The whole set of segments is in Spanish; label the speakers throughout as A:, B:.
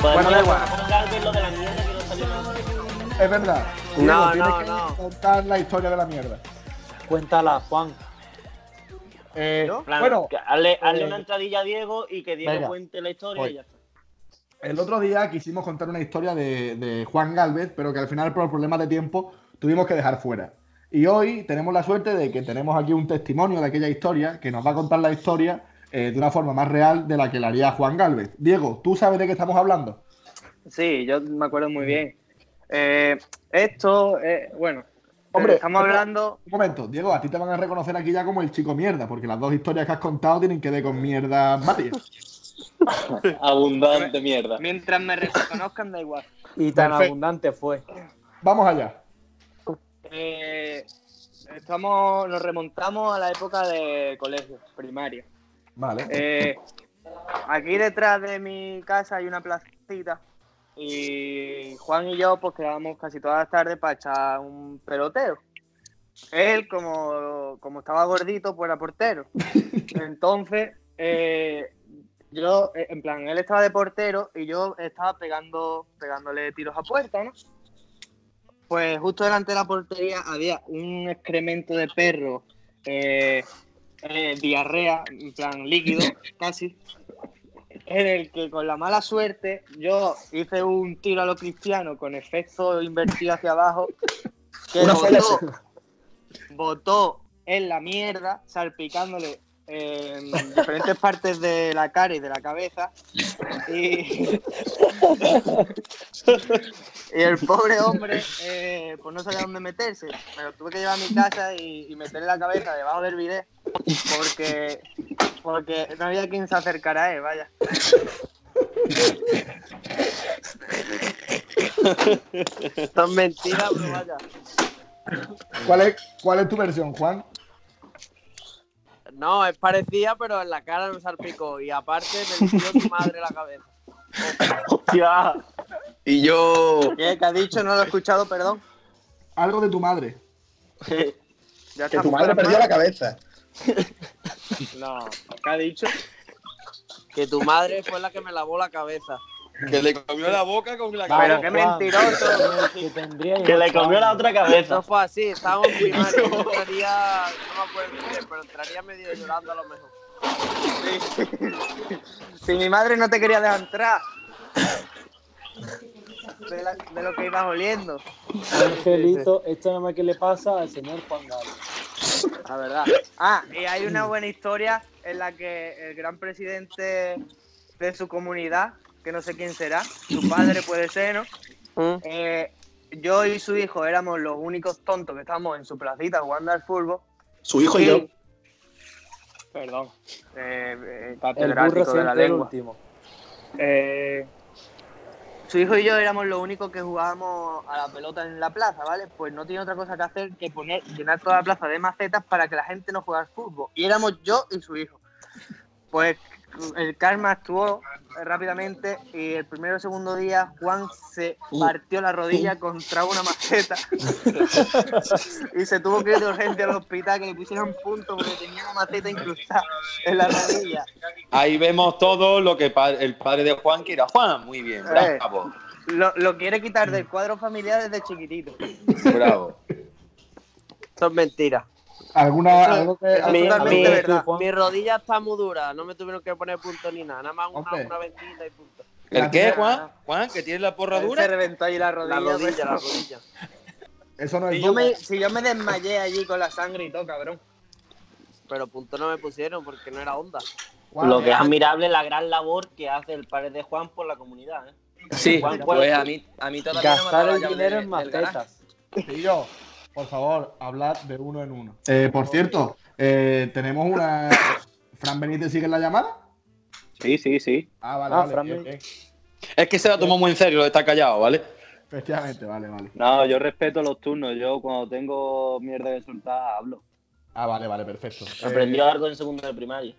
A: Bueno,
B: Podemos
A: da igual.
B: hablar de lo de la mierda que no salió nada.
A: Es verdad.
C: No,
A: tienes
C: no,
A: que
C: no.
A: contar la historia de la mierda.
D: Cuéntala, Juan.
A: Eh,
C: ¿No?
B: Plan,
A: Bueno,
B: que hazle, hazle
A: eh,
B: una entradilla a Diego y que Diego
A: venga,
B: cuente la historia
A: voy.
B: y ya está.
A: el otro día quisimos contar una historia de, de Juan Galvez, pero que al final por problemas de tiempo tuvimos que dejar fuera. Y hoy tenemos la suerte de que tenemos aquí un testimonio de aquella historia que nos va a contar la historia eh, de una forma más real de la que la haría Juan Galvez. Diego, ¿tú sabes de qué estamos hablando?
C: Sí, yo me acuerdo muy bien. Eh, esto, eh, bueno,
A: Hombre,
C: eh, estamos
A: espera.
C: hablando.
A: Un momento, Diego, a ti te van a reconocer aquí ya como el chico mierda, porque las dos historias que has contado tienen que ver con mierda varias.
C: Abundante
B: mierda.
C: Mientras me reconozcan, da igual.
D: Y tan
A: Perfecto.
D: abundante fue.
A: Vamos allá.
C: Eh, estamos, nos remontamos a la época de colegio, primaria.
A: Vale.
C: Eh, aquí detrás de mi casa hay una placita. Y Juan y yo, pues quedábamos casi todas las tardes para echar un peloteo. Él, como, como estaba gordito, pues era portero. Entonces, eh, yo, eh, en plan, él estaba de portero y yo estaba pegando, pegándole tiros a puerta, ¿no? Pues justo delante de la portería había un excremento de perro, eh, eh, diarrea, en plan líquido, casi, en el que con la mala suerte yo hice un tiro a lo cristiano con efecto invertido hacia abajo, que
D: Una
C: botó, botó en la mierda, salpicándole eh, en diferentes partes de la cara y de la cabeza. Y, y el pobre hombre, eh, pues no sabía dónde meterse. Me lo tuve que llevar a mi casa y, y meterle la cabeza debajo del bidet porque, porque no había quien se acercara a él, vaya. Son mentiras, pero vaya.
A: ¿Cuál, es, ¿Cuál es tu versión, Juan?
E: No, es parecida, pero en la cara no salpicó. Y aparte me dio tu madre la cabeza.
B: Hostia.
F: Y yo.
C: ¿Qué? ¿Qué ha dicho? No lo he escuchado, perdón.
A: Algo de tu madre.
C: Ya
F: Que tu
C: estamos
F: madre
C: con la
F: perdió la cabeza.
C: No, ¿qué ha dicho?
E: Que tu madre fue la que me lavó la cabeza.
F: Que le comió la boca con la
D: Vamos,
C: Pero qué mentiroso.
D: Que tendría
B: Que le comió la otra cabeza.
E: No fue así, estábamos en primaria. Yo entraría, no me acuerdo bien, pero entraría medio llorando a lo mejor.
C: Si mi madre no te quería dejar entrar. De, la- de lo que ibas oliendo,
D: Angelito, esto nada más que le pasa al señor Juan Galo.
C: la verdad. Ah, y hay una buena historia en la que el gran presidente de su comunidad, que no sé quién será, su padre puede ser, ¿no? Eh, yo y su hijo éramos los únicos tontos que estábamos en su placita jugando al fútbol.
F: Su hijo y yo.
C: Perdón. Eh, eh,
D: El burro
C: catedrático de la
D: siempre el
C: lengua.
D: último.
C: Eh, su hijo y yo éramos los únicos que jugábamos a la pelota en la plaza, ¿vale? Pues no tenía otra cosa que hacer que poner, llenar toda la plaza de macetas para que la gente no jugara al fútbol. Y éramos yo y su hijo. Pues el karma actuó eh, rápidamente y el primero o segundo día Juan se partió la rodilla contra una maceta y se tuvo que ir de urgencia al hospital que le pusieron punto porque tenía la maceta incrustada en la rodilla.
F: Ahí vemos todo lo que pa- el padre de Juan quiera. Juan, muy bien,
C: Eh.
F: bravo.
C: Lo, lo quiere quitar del cuadro familiar desde chiquitito.
F: Bravo.
E: Son mentiras.
A: ¿Alguna,
C: Eso-
A: algo que,
C: eso
A: algo que-
C: totalmente
A: algo que-
C: verdad.
A: Juan?
E: Mi rodilla está muy dura, no me tuvieron que poner punto ni nada, nada más una,
A: Hombre.
E: una bendita y punto.
F: ¿El
A: La
F: qué,
A: tía-
F: Juan? Juan, que tiene la porra
C: Él Se
F: dura.
C: reventó ahí la rodilla.
E: La rodilla,
C: pero-
E: la rodilla.
A: Eso no es
C: Si yo,
A: duda.
C: me, si yo me desmayé allí con la sangre y todo, cabrón.
E: Pero punto no me pusieron porque no era onda.
A: Juan,
B: Lo que es admirable es la gran labor que hace el padre de Juan por la comunidad. ¿eh?
F: Sí,
B: Juan,
F: pues a mí, a mí todavía no me ha dado
D: Gastar
F: la
D: el
F: llave
D: dinero
F: de-
D: en
F: del garaje.
D: macetas.
A: tío, por favor, hablad de uno en uno. Eh, por cierto, eh, tenemos una. ¿Fran Benítez sigue en la llamada?
B: Sí, sí, sí.
A: Ah, vale,
D: Ah,
A: vale.
D: Fran
A: bien,
D: Benítez.
A: bien.
F: Es que se la tomó muy en serio, está callado, ¿vale?
A: Efectivamente, vale, vale.
B: No, yo respeto los turnos. Yo cuando tengo mierda que soltar, hablo.
A: Ah, vale, vale, perfecto. Eh,
B: Aprendió algo en segundo de primaria.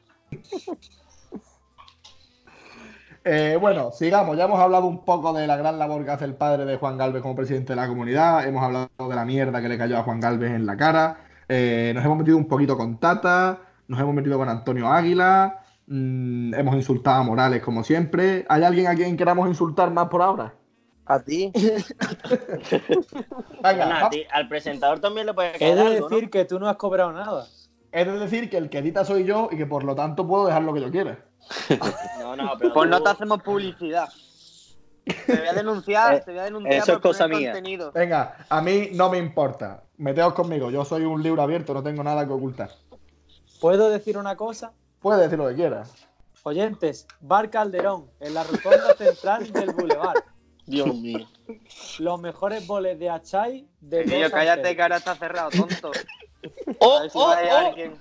A: Eh, bueno, sigamos. Ya hemos hablado un poco de la gran labor que hace el padre de Juan Galvez como presidente de la comunidad. Hemos hablado de la mierda que le cayó a Juan Galvez en la cara. Eh, nos hemos metido un poquito con Tata. Nos hemos metido con Antonio Águila. Mm, hemos insultado a Morales como siempre. ¿Hay alguien a quien queramos insultar más por ahora?
E: A ti.
A: Venga,
G: Bueno, a
A: va-
G: ti- al presentador también le puede
D: He
G: caer
D: de
G: algo, ¿no?
D: decir que tú no has cobrado nada.
A: Es de decir que el que edita soy yo y que por lo tanto puedo dejar lo que yo quiera.
G: No, no, pero
C: Pues
G: tú-
C: no te hacemos publicidad. Te voy a denunciar,
B: Eh,
C: te voy a denunciar.
B: eso
C: por
B: es cosa
C: poner
B: mía.
C: contenido.
A: Venga, a mí no me importa. Meteos conmigo, yo soy un libro abierto, no tengo nada que ocultar.
D: ¿Puedo decir una cosa?
A: Puedes decir lo que quieras.
D: Oyentes, Bar Calderón, en la rotonda central del Boulevard.
G: Dios mío.
D: Los mejores boles de Achay de todo
C: Tío,
D: San
C: cállate
D: Pedro.
C: que ahora está cerrado, tonto. A
F: ¡Oh,
C: ver si
F: oh,
C: va a
F: oh!
C: alguien.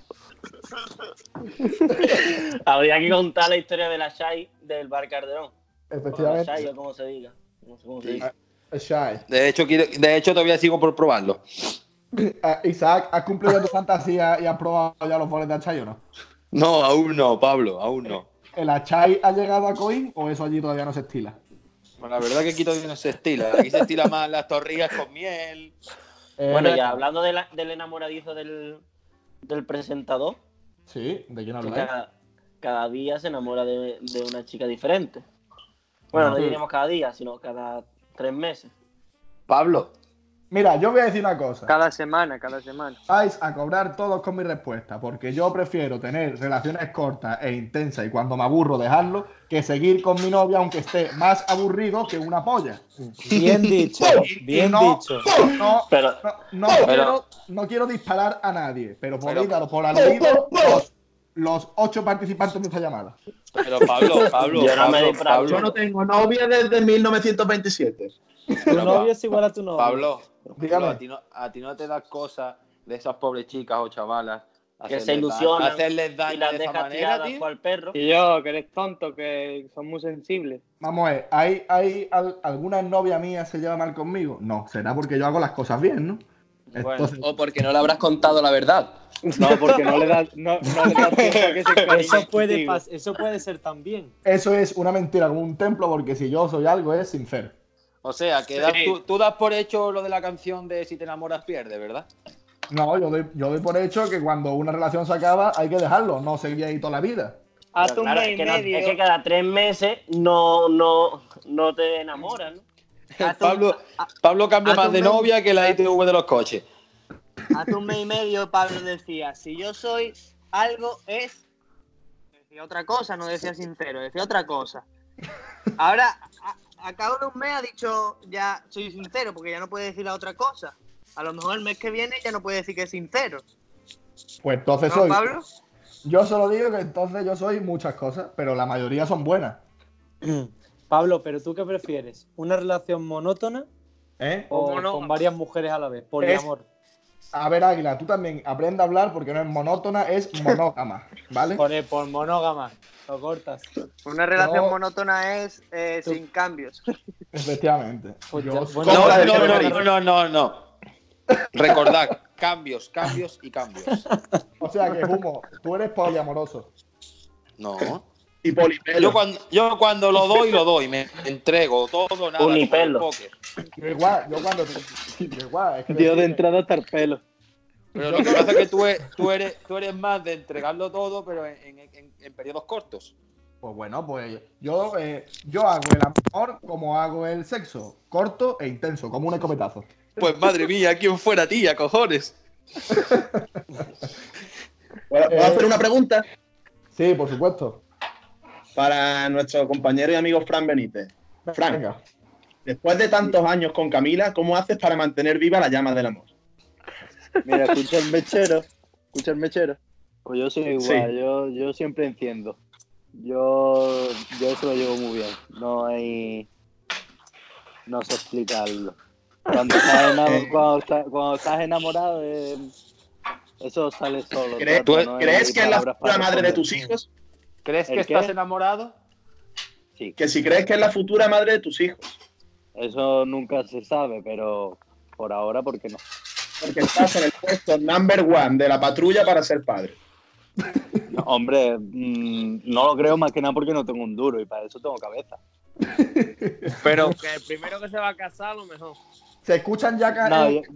G: Habría que contar la historia de la Shai del Bar Carderón.
A: Pues
G: O la Shai,
A: Efectivamente.
G: o como se diga. No sé cómo se diga.
A: Shai.
F: De hecho, quiero- de hecho, todavía sigo por probarlo.
A: Ah, Isaac, ¿has cumplido tu fantasía y has probado ya los boles de Achai o no?
F: No, aún no, Pablo, aún no.
A: ¿El Achai ha llegado a Coin o eso allí todavía no se estila?
F: Bueno, la verdad que aquí todavía no se estila. Aquí se estila más las torrillas con miel.
A: Eh,
G: Bueno, ya hablando de la- del enamoradizo del, del presentador,
A: Sí, ¿de quién
G: que
A: habláis?
G: cada, cada día se enamora de, de una chica diferente. Bueno, no
A: Ajá.
G: diríamos cada día, sino cada tres meses.
F: Pablo,
A: Mira, yo voy a decir una cosa.
C: Cada semana, cada semana.
A: Vais a cobrar todos con mi respuesta, porque yo prefiero tener relaciones cortas e intensas y cuando me aburro dejarlo, que seguir con mi novia aunque esté más aburrido que una polla.
D: Bien dicho, bien
A: no-
D: dicho.
A: No,
G: Pero
A: no, no
F: Pero-
A: quiero, no quiero disparar a nadie, pero por
F: Pero-
A: ahí, por alrededor, los, los ocho participantes de esta llamada.
F: pero Pablo, Pablo,
G: Yo no me
F: Pablo,
G: doy bravo.
F: Pablo,
H: Yo no tengo novia desde 1927.
D: Tu
F: Pero
D: novio
F: pa-
D: es igual a tu novio.
F: Pablo,
A: Dígame.
F: a, ti no, a ti no te das cosas de esas pobres chicas o chavalas
G: Que
F: hacerles
G: se ilusionan
F: da- hacerles
G: y
F: daño
G: las
F: de esa
G: deja
F: manera,
G: tiradas
F: tío.
G: cual perro.
C: Y yo, que eres tonto, que son muy sensibles.
A: Vamos a ver, ¿hay, hay al- alguna novia mía se lleva mal conmigo? No, será porque yo hago las cosas bien, ¿no? Entonces,
H: O porque no le habrás contado la verdad.
C: No, porque no le das, no, no le das tiempo a que se
D: Eso
C: encariñe
D: puede,
C: contigo.
D: pas- eso puede ser también.
A: eso es una mentira como un templo, porque si yo soy algo es sincero.
F: O sea, que das- tú, tú das por hecho lo de la canción de Si te enamoras, pierdes, ¿verdad?
A: No, yo doy, yo doy por hecho que cuando una relación se acaba hay que dejarlo, no seguir ahí toda la vida.
G: Pero
C: Hazte un
G: claro,
C: mes
G: es, que
C: y
G: no-
C: medio.
G: es que cada tres meses no, no, no te enamoras, ¿no?
F: Pablo, Pablo cambia
C: haz
F: más
C: un
F: de
C: men-
F: novia que la ITV de los coches.
C: Hace un mes y medio Pablo decía, si yo soy algo es... Decía otra cosa, no decía sincero, decía otra cosa. Ahora, a, a cabo de un mes ha dicho, ya soy sincero, porque ya no puede decir la otra cosa. A lo mejor el mes que viene ya no puede decir que es sincero.
A: Pues entonces
C: ¿No,
A: soy.
C: Pablo?
A: Yo solo digo que entonces yo soy muchas cosas, pero la mayoría son buenas.
D: Pablo, pero tú qué prefieres? ¿Una relación monótona
A: ¿Eh?
D: o
C: monógama.
D: con varias mujeres a la vez? Poliamor.
A: A ver, Águila, tú también aprende a hablar porque no es monótona, es monógama, ¿vale?
D: Por, por monógama. Lo cortas.
C: Una
A: relación
C: relación
A: No.
C: monótona es eh, sin cambios.
A: Efectivamente.
D: Pues
A: Yo
D: ya,
A: soy-
D: bueno,
F: No,
D: la
F: no,
D: de
F: no, no,
D: Madrid.
F: no, no, no, no. Recordad, cambios, cambios y cambios.
A: O sea que, Humo, tú eres poliamoroso.
F: No.
H: Y
F: Yo
H: polipelo.
F: cuando, yo cuando lo doy, lo doy, me entrego todo, nada.
G: Unipelo.
F: como en el póker.
A: Yo igual, yo cuando te- yo igual, es que
C: Dios
A: decir-
C: de entrada hasta el pelo.
F: Pero lo que pasa es que tú, e- tú eres, tú eres más de entregarlo todo, pero en, en- en- en periodos cortos.
A: Pues bueno, pues yo, eh, yo hago el amor como hago el sexo, corto e intenso, como un escopetazo.
F: Pues madre mía, ¿quién fuera tía, cojones?
H: ¿Puedo puedo hacer una pregunta?
A: Sí, por supuesto.
H: para nuestro compañero y amigo Fran Benítez. Fran,
A: Venga.
H: después de tantos años con Camila, ¿cómo haces para mantener viva la llama del amor?
B: Mira, escucha el mechero. Escucha el mechero. Pues yo soy igual,
H: Sí.
B: yo, yo siempre enciendo. Yo, yo eso lo llevo muy bien. No hay. No sé explicarlo. Cuando estás, enamorado, cuando está- cuando estás enamorado, eh, eso sale solo.
H: ¿Crees,
B: todo, no hay
H: crees que es la
B: palabras
H: futura
B: para
H: madre de
B: responder.
H: tus hijos?
F: ¿Crees
B: ¿El
F: que
B: qué?
F: estás enamorado?
H: Que si crees que es la futura madre de tus hijos,
B: Eso nunca se sabe, pero por ahora, ¿por qué no?
H: porque estás en el puesto number one de la patrulla para ser padre.
B: No, hombre, mm, no lo creo más que nada porque no tengo un duro y para eso tengo cabeza.
F: Pero
E: Que el primero que se va a casar, a lo mejor.
A: ¿Se escuchan ya ca-
B: No,
A: eh,
B: yo-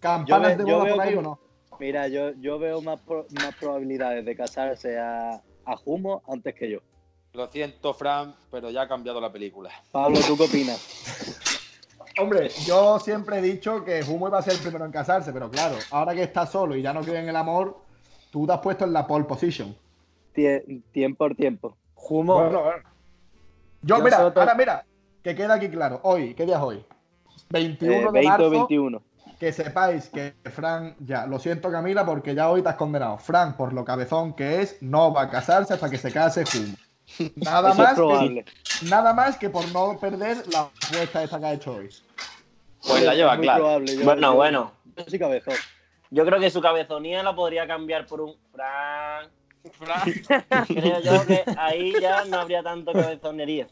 A: campanas
B: yo
A: de
B: veo- yo
A: boda
B: veo
A: por ahí o
B: como-
A: no?
B: Mira, yo, yo veo más, pro- más probabilidades de casarse a, a Humo antes que yo.
F: Lo siento, Fran, pero ya ha cambiado la película.
B: Pablo, ¿tú qué opinas?
A: Hombre, yo siempre he dicho que Humo iba a ser el primero en casarse, pero claro, ahora que estás solo y ya no cree en el amor, tú te has puesto en la pole position.
B: Tie- tiempo por tiempo.
D: Humo,
A: Yo,
D: Yo
A: mira,
D: solo te-
A: ahora mira, que queda aquí claro. Hoy, ¿qué día es hoy? 21
B: Eh,
A: de
B: 20
A: marzo.
B: o 21.
A: Que sepáis que Fran, ya, lo siento Camila, porque ya hoy te has condenado. Fran, por lo cabezón que es, no va a casarse hasta que se case Humo.
B: Eso
A: Nada
B: es
A: más, que,
B: probable.
A: nada más que por no perder la apuesta esta que ha hecho hoy.
F: Pues la lleva
B: Muy
F: claro.
B: probable, yo-
G: Bueno,
B: yo-
G: bueno.
B: Yo soy cabezón.
G: Yo creo que su cabezonía la podría cambiar por un Fran. Creo yo que ahí ya no habría tanto cabezonería.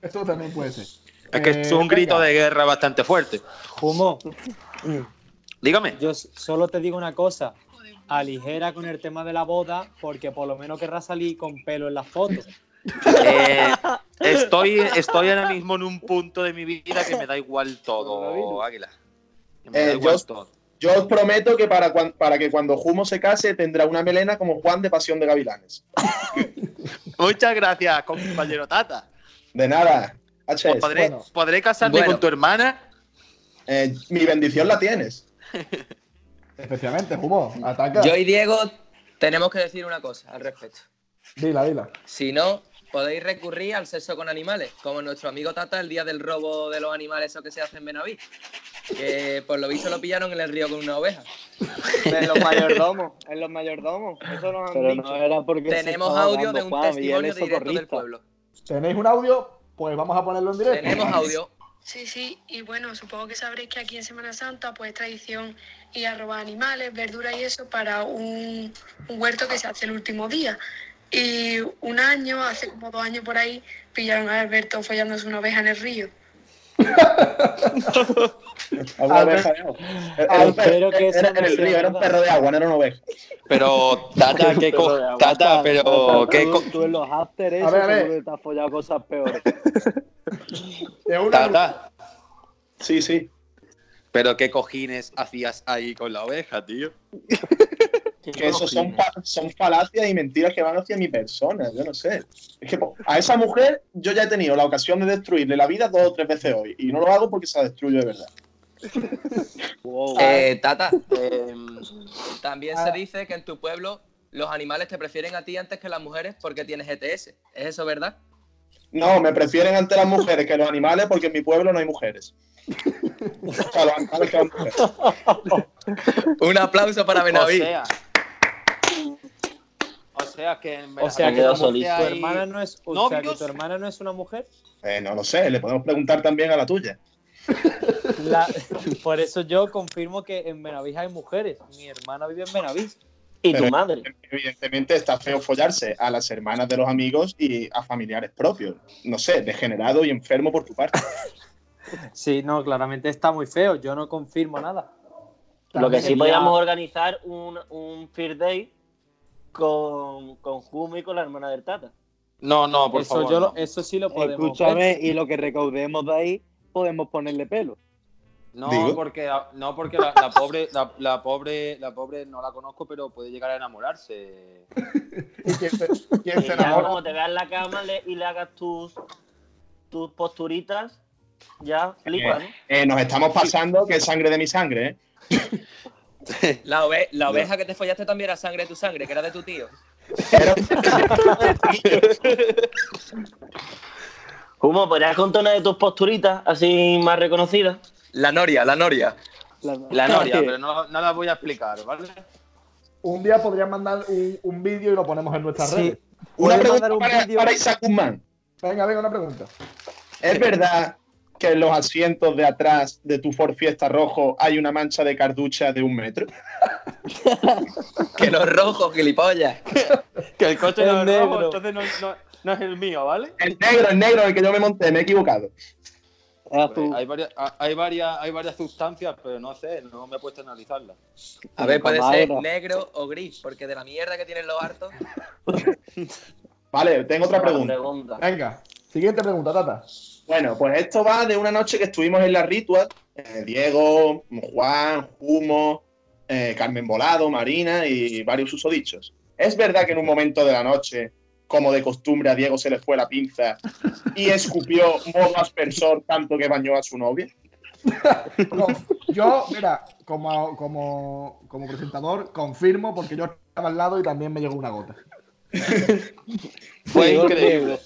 A: Esto también puede ser. Eh,
I: Es que es un
A: venga.
I: grito de guerra bastante fuerte.
D: Humo,
I: Dígame.
D: yo s- solo te digo una cosa. Aligera con el tema de la boda, porque por lo menos querrá salir con pelo en las fotos.
I: Eh, estoy, estoy ahora mismo en un punto de mi vida que me da igual todo, Águila. Que Me da
H: Eh,
I: igual
H: yo-
I: todo.
H: Yo os prometo que para, cuan- para que cuando Humo se case tendrá una melena como Juan de Pasión de Gavilanes.
I: Muchas gracias, compañero Tata.
H: De nada,
I: Pues
H: HS.
I: podré,
A: bueno.
I: podré casarme
F: Bueno.
I: con tu hermana.
H: Eh, mi bendición la tienes.
A: Especialmente, Humo, ataca.
J: Yo y Diego tenemos que decir una cosa al respecto.
A: Dila, dila.
J: Si no, podéis recurrir al sexo con animales, como nuestro amigo Tata el día del robo de los animales, eso que se hace en Benaví. Que por lo visto lo pillaron en el río con una oveja.
C: En los mayordomos, en los mayordomos. Eso nos han
B: Pero
C: dicho.
B: no era porque se
J: Tenemos
B: estaba
J: audio
B: dando
J: de un
B: Juan, y él
J: testimonio
B: es
J: directo del
B: socorrista.
J: pueblo.
A: ¿Tenéis un audio? Pues vamos a ponerlo en directo.
J: Tenemos audio.
K: Sí, sí, y bueno, supongo que sabréis que aquí en Semana Santa pues es tradición ir a robar animales, verduras y eso para un, un huerto que se hace el último día. Y un año, hace como dos años por ahí, pillaron a Alberto follándose una oveja en el río.
H: A una
A: Albert-
H: oveja de agua. Era un
D: Espero
H: perro-
D: que eso
H: Eh, era-
D: no
H: era el
D: sea
H: río, era un
D: verdad.
H: perro de agua, no era una oveja.
I: Pero, Tata, ¿qué co- Tata, pero, ¿qué
B: tú,
I: co-
B: tú en los after eso
A: A ver, a ver.
B: seguro que te has follado cosas peores.
A: De una-
I: Tata,
H: Sí, sí.
I: pero qué cojines hacías ahí con la oveja, tío.
H: Que eso son, pa- son falacias y mentiras que van hacia mi persona, yo no sé. Es que po- a esa mujer yo ya he tenido la ocasión de destruirle la vida dos o tres veces hoy y no lo hago porque se la destruyo de verdad.
B: Wow.
J: Eh, tata,
I: Em,
J: también
B: ah.
J: se dice que en tu pueblo los animales te prefieren a ti antes que las mujeres porque tienes ETS. ¿Es eso verdad?
H: No, me prefieren ante las mujeres que los animales porque en mi pueblo no hay mujeres. O sea, los animales que las mujeres.
J: Un aplauso para
F: O
J: Benaví.
F: sea. O sea que en
D: O sea,
F: Veracruz
D: que
G: quedado
F: como
G: solito.
D: tu
F: hay-
D: hermana no es, o sea, que
F: novios.
D: tu hermana no es una mujer.
H: Eh, no lo sé, le podemos preguntar también a la tuya.
D: La- por eso yo confirmo que en Benavís hay mujeres. Mi hermana vive en Benavís.
G: Y tu
H: Pero-
G: madre.
H: Evidentemente está feo follarse a las hermanas de los amigos y a familiares propios. No sé, degenerado y enfermo por tu parte.
D: Sí, no, claramente está muy feo. Yo no confirmo nada.
G: Lo que sí
D: Sería-
G: podríamos organizar un, un Fear Day con, con Humo y con la hermana del Tata.
F: No, no, por
D: Eso,
F: favor.
D: yo
F: no.
D: lo- eso sí lo podemos.
B: Escúchame, y lo que recaudemos de ahí, podemos ponerle pelo.
F: No,
H: Digo.
F: porque, no, porque la, la pobre, la, la pobre, la pobre no la conozco, pero puede llegar a enamorarse.
A: ¿Y quién se, quién
G: Y
A: se
G: ya
A: enamora?
G: como te veas en la cama le- y le hagas tus, tus posturitas, ya flipa, ¿no?
H: Eh, nos estamos pasando que es sangre de mi sangre, ¿eh?
J: La, ove- la oveja que te follaste también era sangre de tu sangre, que era de tu tío.
G: Humo, podrías contar una de tus posturitas así más reconocidas.
J: La noria, la noria.
B: La,
F: La Noria, pero no, no la voy a explicar, ¿vale?
A: Un día podrían mandar un, un vídeo y lo ponemos en nuestras
D: Sí.
A: redes.
H: Una
D: ¿Puedes
H: pregunta
D: mandar un
H: para,
D: vídeo?
H: para Isaac Guzmán.
A: Venga, venga, una pregunta.
H: ¿Es verdad que en los asientos de atrás de tu Ford Fiesta rojo hay una mancha de carducha de un metro?
J: Que los rojos, gilipollas.
F: Que el coche no
D: El
F: es rojo,
D: negro.
F: entonces no, no- no es el mío, ¿vale?
H: El negro, el negro en el que yo me monté, me he equivocado.
B: Es
F: Pues
B: azul.
F: hay, varias, ha- hay, varias, hay varias sustancias, pero no sé, no me he puesto a analizarlas.
J: A ver, puede
B: Comadre.
J: ser negro o gris, porque de la mierda que tienen los hartos.
H: Vale, tengo otra pregunta.
A: Venga, siguiente pregunta, Tata.
H: Bueno, pues esto va de una noche que estuvimos en la Ritual. eh, Diego, Juan, Humo, eh, Carmen Volado, Marina y varios susodichos. Es verdad que en un momento de la noche, como de costumbre, a Diego se le fue la pinza y escupió modo aspersor tanto que bañó a su novia.
A: Yo, mira, como, como, como presentador, confirmo porque yo estaba al lado y también me llegó una gota.
C: Fue
I: increíble.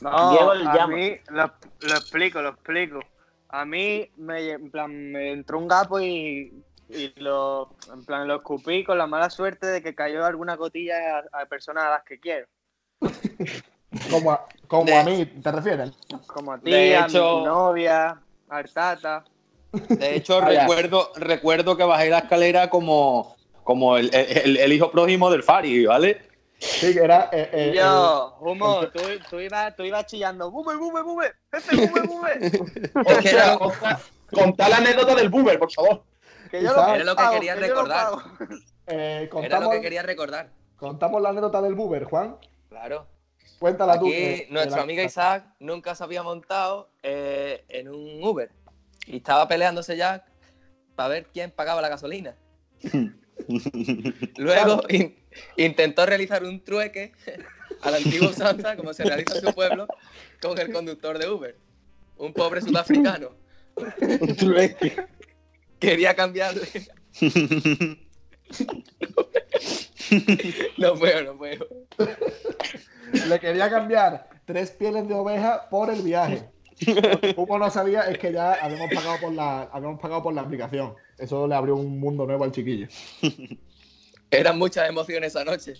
C: No,
A: Diego el
C: a
A: llama.
C: mí, lo, lo explico, lo explico. A mí, me, en plan, me entró un gapo y, y lo, en plan, lo escupí con la mala suerte de que cayó alguna gotilla a, a personas a las que quiero.
A: Como a, como a mí, ¿te refieres?
C: Como a ti,
F: De
C: a
F: hecho-
C: mi novia, a Artata.
F: De hecho,
I: Ah,
C: Vaya.
F: recuerdo, recuerdo que bajé la escalera como, como el, el- el hijo prójimo del Fari, ¿vale?
A: Sí, que era. eh,
C: Y yo, Humo, tú, tú ibas, tú ibas chillando, ¡bume, bume, bume! ¡Jefe, bume, bume!
H: Contá la anécdota del Boomer, por favor.
C: Que
J: yo lo- Era lo que pago, quería que yo lo recordar.
A: Eh,
J: Era lo
A: contamos,
J: que quería recordar.
A: contamos la anécdota del Buber, Juan.
J: Claro.
A: Cuéntala tú. eh,
J: Aquí
A: de- de
J: nuestra
A: la-
J: amiga Isaac nunca se había montado eh, en un Uber y estaba peleándose ya para ver quién pagaba la gasolina. Luego in- intentó realizar un trueque a la antigua usanza, como se realiza en su pueblo, con el conductor de Uber, un pobre sudafricano.
I: Un trueque.
J: Quería cambiarle. No puedo, no puedo.
A: Le quería cambiar tres pieles de oveja por el viaje. Hugo no sabía es que ya habíamos pagado por la, habíamos pagado por la aplicación. Eso le abrió un mundo nuevo al chiquillo.
J: Eran muchas emociones esa noche.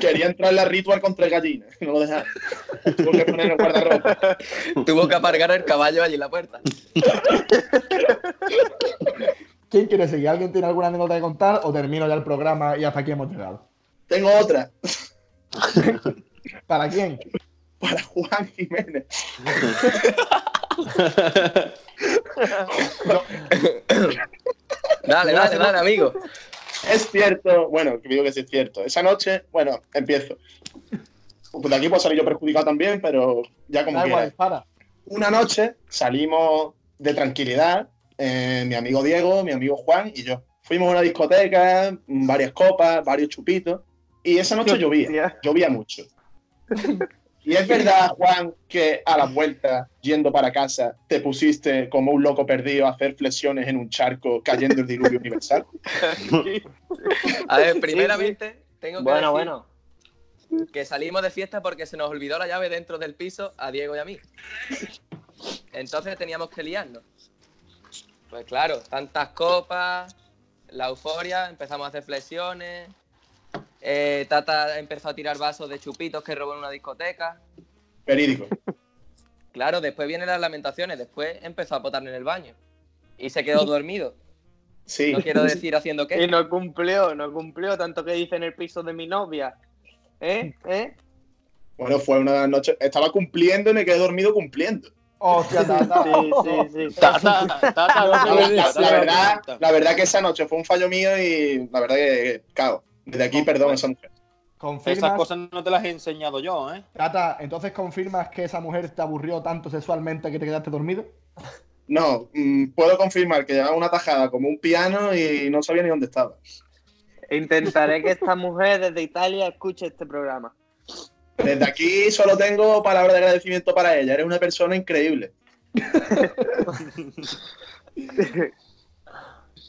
H: Quería entrar en la ritual con tres gallinas. No lo dejaron. Tuvo que poner en el guardarropa.
J: Tuvo que aparcar el caballo allí en la puerta.
A: ¿Quién quiere seguir? ¿Alguien tiene alguna anécdota que contar o termino ya el programa y hasta aquí hemos llegado?
H: Tengo otra.
A: ¿Para quién?
H: Para Juan Jiménez.
J: Dale, dale, dale, amigo.
H: Es cierto, bueno, que digo que sí es cierto. Esa noche, bueno, empiezo. Pues de aquí puedo salir yo perjudicado también, pero ya como
A: Da igual,
H: quieras.
A: para.
H: Una noche salimos de tranquilidad, eh, mi amigo Diego, mi amigo Juan y yo. Fuimos a una discoteca, mm, varias copas, varios chupitos, y esa noche llovía, llovía mucho. Y es verdad, Juan, que a la vuelta, yendo para casa, te pusiste como un loco perdido a hacer flexiones en un charco cayendo el diluvio universal.
J: A ver, primeramente tengo que
H: Bueno,
J: decir que salimos de fiesta porque se nos olvidó la llave dentro del piso a Diego y a mí. Entonces teníamos que liarnos. Pues claro, tantas copas, la euforia, empezamos a hacer flexiones. eh, Tata empezó a tirar vasos de chupitos que robó en una discoteca.
H: Verídico.
J: Claro, después vienen las lamentaciones, después empezó a potar en el baño. Y se quedó dormido.
H: Sí.
J: No quiero decir haciendo qué.
C: Y no cumplió, no cumplió, tanto que dice en el piso de mi novia. ¿Eh? ¿Eh?
H: Bueno, fue una noche. Estaba cumpliendo y me quedé dormido cumpliendo.
A: Hostia, tata.
C: Sí, sí, sí.
H: La verdad, la verdad- la verdad que esa noche fue un fallo mío y la verdad que, cago. Desde aquí, perdón a esa mujer.
A: Confirmas,
F: Esas cosas no te las he enseñado yo, ¿eh?
A: Tata, entonces confirmas que esa mujer te aburrió tanto sexualmente que te quedaste dormido.
H: No, mm, puedo confirmar que llevaba una tajada como un piano y no sabía ni dónde estaba.
C: Intentaré que esta mujer desde Italia escuche este programa.
H: Desde aquí solo tengo palabras de agradecimiento para ella. Eres una persona increíble.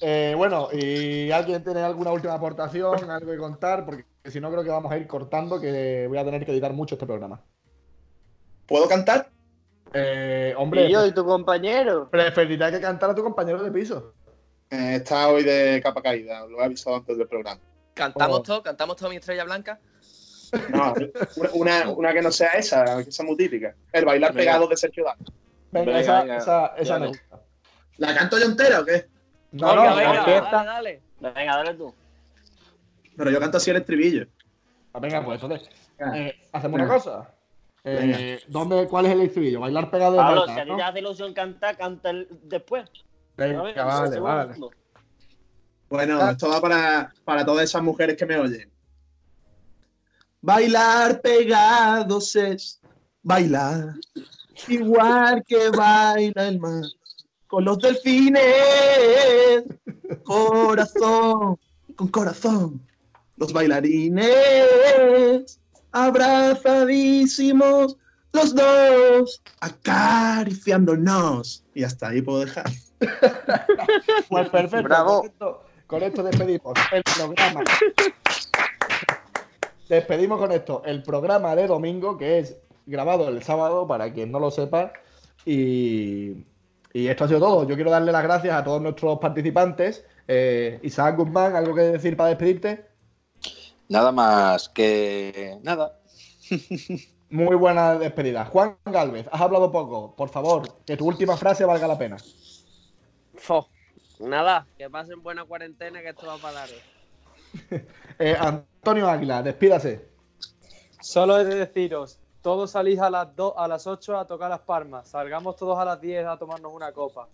A: Eh, bueno, y alguien tiene alguna última aportación, algo que contar, porque si no creo que vamos a ir cortando, que voy a tener que editar mucho este programa.
H: ¿Puedo cantar?
A: Eh, hombre,
C: y yo y tu compañero.
A: preferirá que cantara tu compañero de piso.
H: Eh, está hoy de capa caída, lo he avisado antes del programa.
J: Cantamos
H: Oh.
J: todo, cantamos todo mi estrella blanca.
H: No, una- una, una que no sea esa, que sea muy típica. El bailar
J: Venga.
H: pegado de Sergio Dan.
A: Venga,
H: Venga,
A: esa,
H: venga.
A: esa, esa
H: Ya
A: no.
H: no. ¿La canto yo entera o qué?
A: No, no, empieza.
J: dale.
G: Venga, dale tú.
H: Pero yo canto así el estribillo.
A: Ah, Venga, pues entonces,
H: Ah.
A: eh, hacemos una
H: Venga.
A: cosa. Eh, ¿dónde, ¿Cuál es el estribillo? Bailar pegado de
G: Pablo,
A: Malta,
G: si a ti
A: ¿no?
G: te hace ilusión cantar, canta el- después.
A: Venga,
G: ¿sabes? En
A: vale,
G: ese
A: vale.
G: segundo.
H: Bueno, esto va para, para todas esas mujeres que me oyen. Bailar pegados es bailar, igual que baila el mar, con los delfines, corazón, con corazón, los bailarines, abrazadísimos, los dos, acariciándonos. Y hasta ahí puedo dejar.
A: Pues perfecto.
H: Bravo.
A: Con esto, con esto despedimos el programa. Despedimos con esto el programa de domingo, que es grabado el sábado, para quien no lo sepa. Y, y esto ha sido todo. Yo quiero darle las gracias a todos nuestros participantes. Eh, Isaac Guzmán, ¿algo que decir para despedirte?
I: Nada más que nada.
A: Muy buena despedida. Juan Galvez, has hablado poco. Por favor, que tu última frase valga la pena.
E: Fo. Nada, que pasen buena cuarentena que esto va para largo.
A: Eh, Antonio Águila, despídase.
D: Solo he de deciros, todos salís a las, do- a las 8 a tocar las palmas. Salgamos todos a las 10 a tomarnos una copa.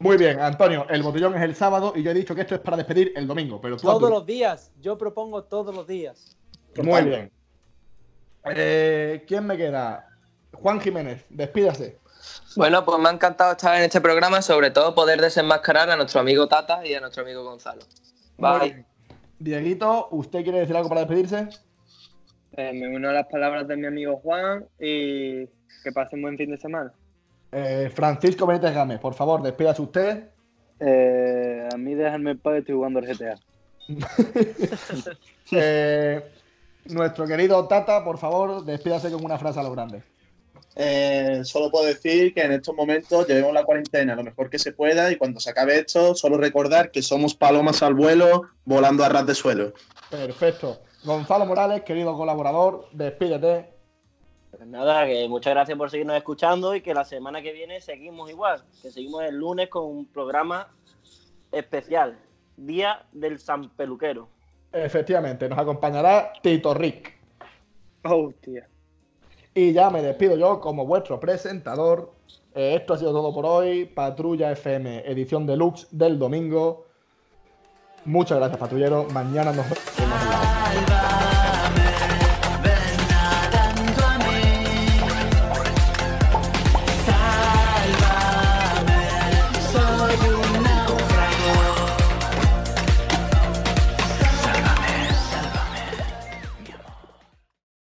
A: Muy bien, Antonio, el botellón es el sábado y yo he dicho que esto es para despedir el domingo, pero tú a tu-
D: Todos los días. Yo propongo todos los días.
A: Muy bien. Eh, ¿Quién me queda? Juan Jiménez, despídase.
J: Bueno, pues me ha encantado estar en este programa, sobre todo poder desenmascarar a nuestro amigo Tata y a nuestro amigo Gonzalo.
A: Muy bien. Dieguito, ¿usted quiere decir algo para despedirse?
C: Eh, me uno a las palabras de mi amigo Juan y que pasen buen fin de semana.
A: Eh, Francisco Benítez Gámez, por favor, despídase usted.
B: Eh, a mí déjame en paz que estoy jugando al GTA.
A: Eh, nuestro querido Tata, por favor, despídase con una frase a lo grande.
H: Eh, solo puedo decir que en estos momentos llevemos la cuarentena lo mejor que se pueda y cuando se acabe esto, solo recordar que somos palomas al vuelo volando a ras de suelo.
A: Perfecto. Gonzalo Morales, querido colaborador, despídete.
G: Pues nada, que muchas gracias por seguirnos escuchando y que la semana que viene seguimos igual, que seguimos el lunes con un programa especial, Día del San Peluquero.
A: Efectivamente, nos acompañará Tito Rick.
C: Hostia.
A: Y ya me despido yo como vuestro presentador. Eh, esto ha sido todo por hoy. Patrulla FM, edición deluxe del domingo. Muchas gracias, patrullero. Mañana nos vemos. en la ciudad.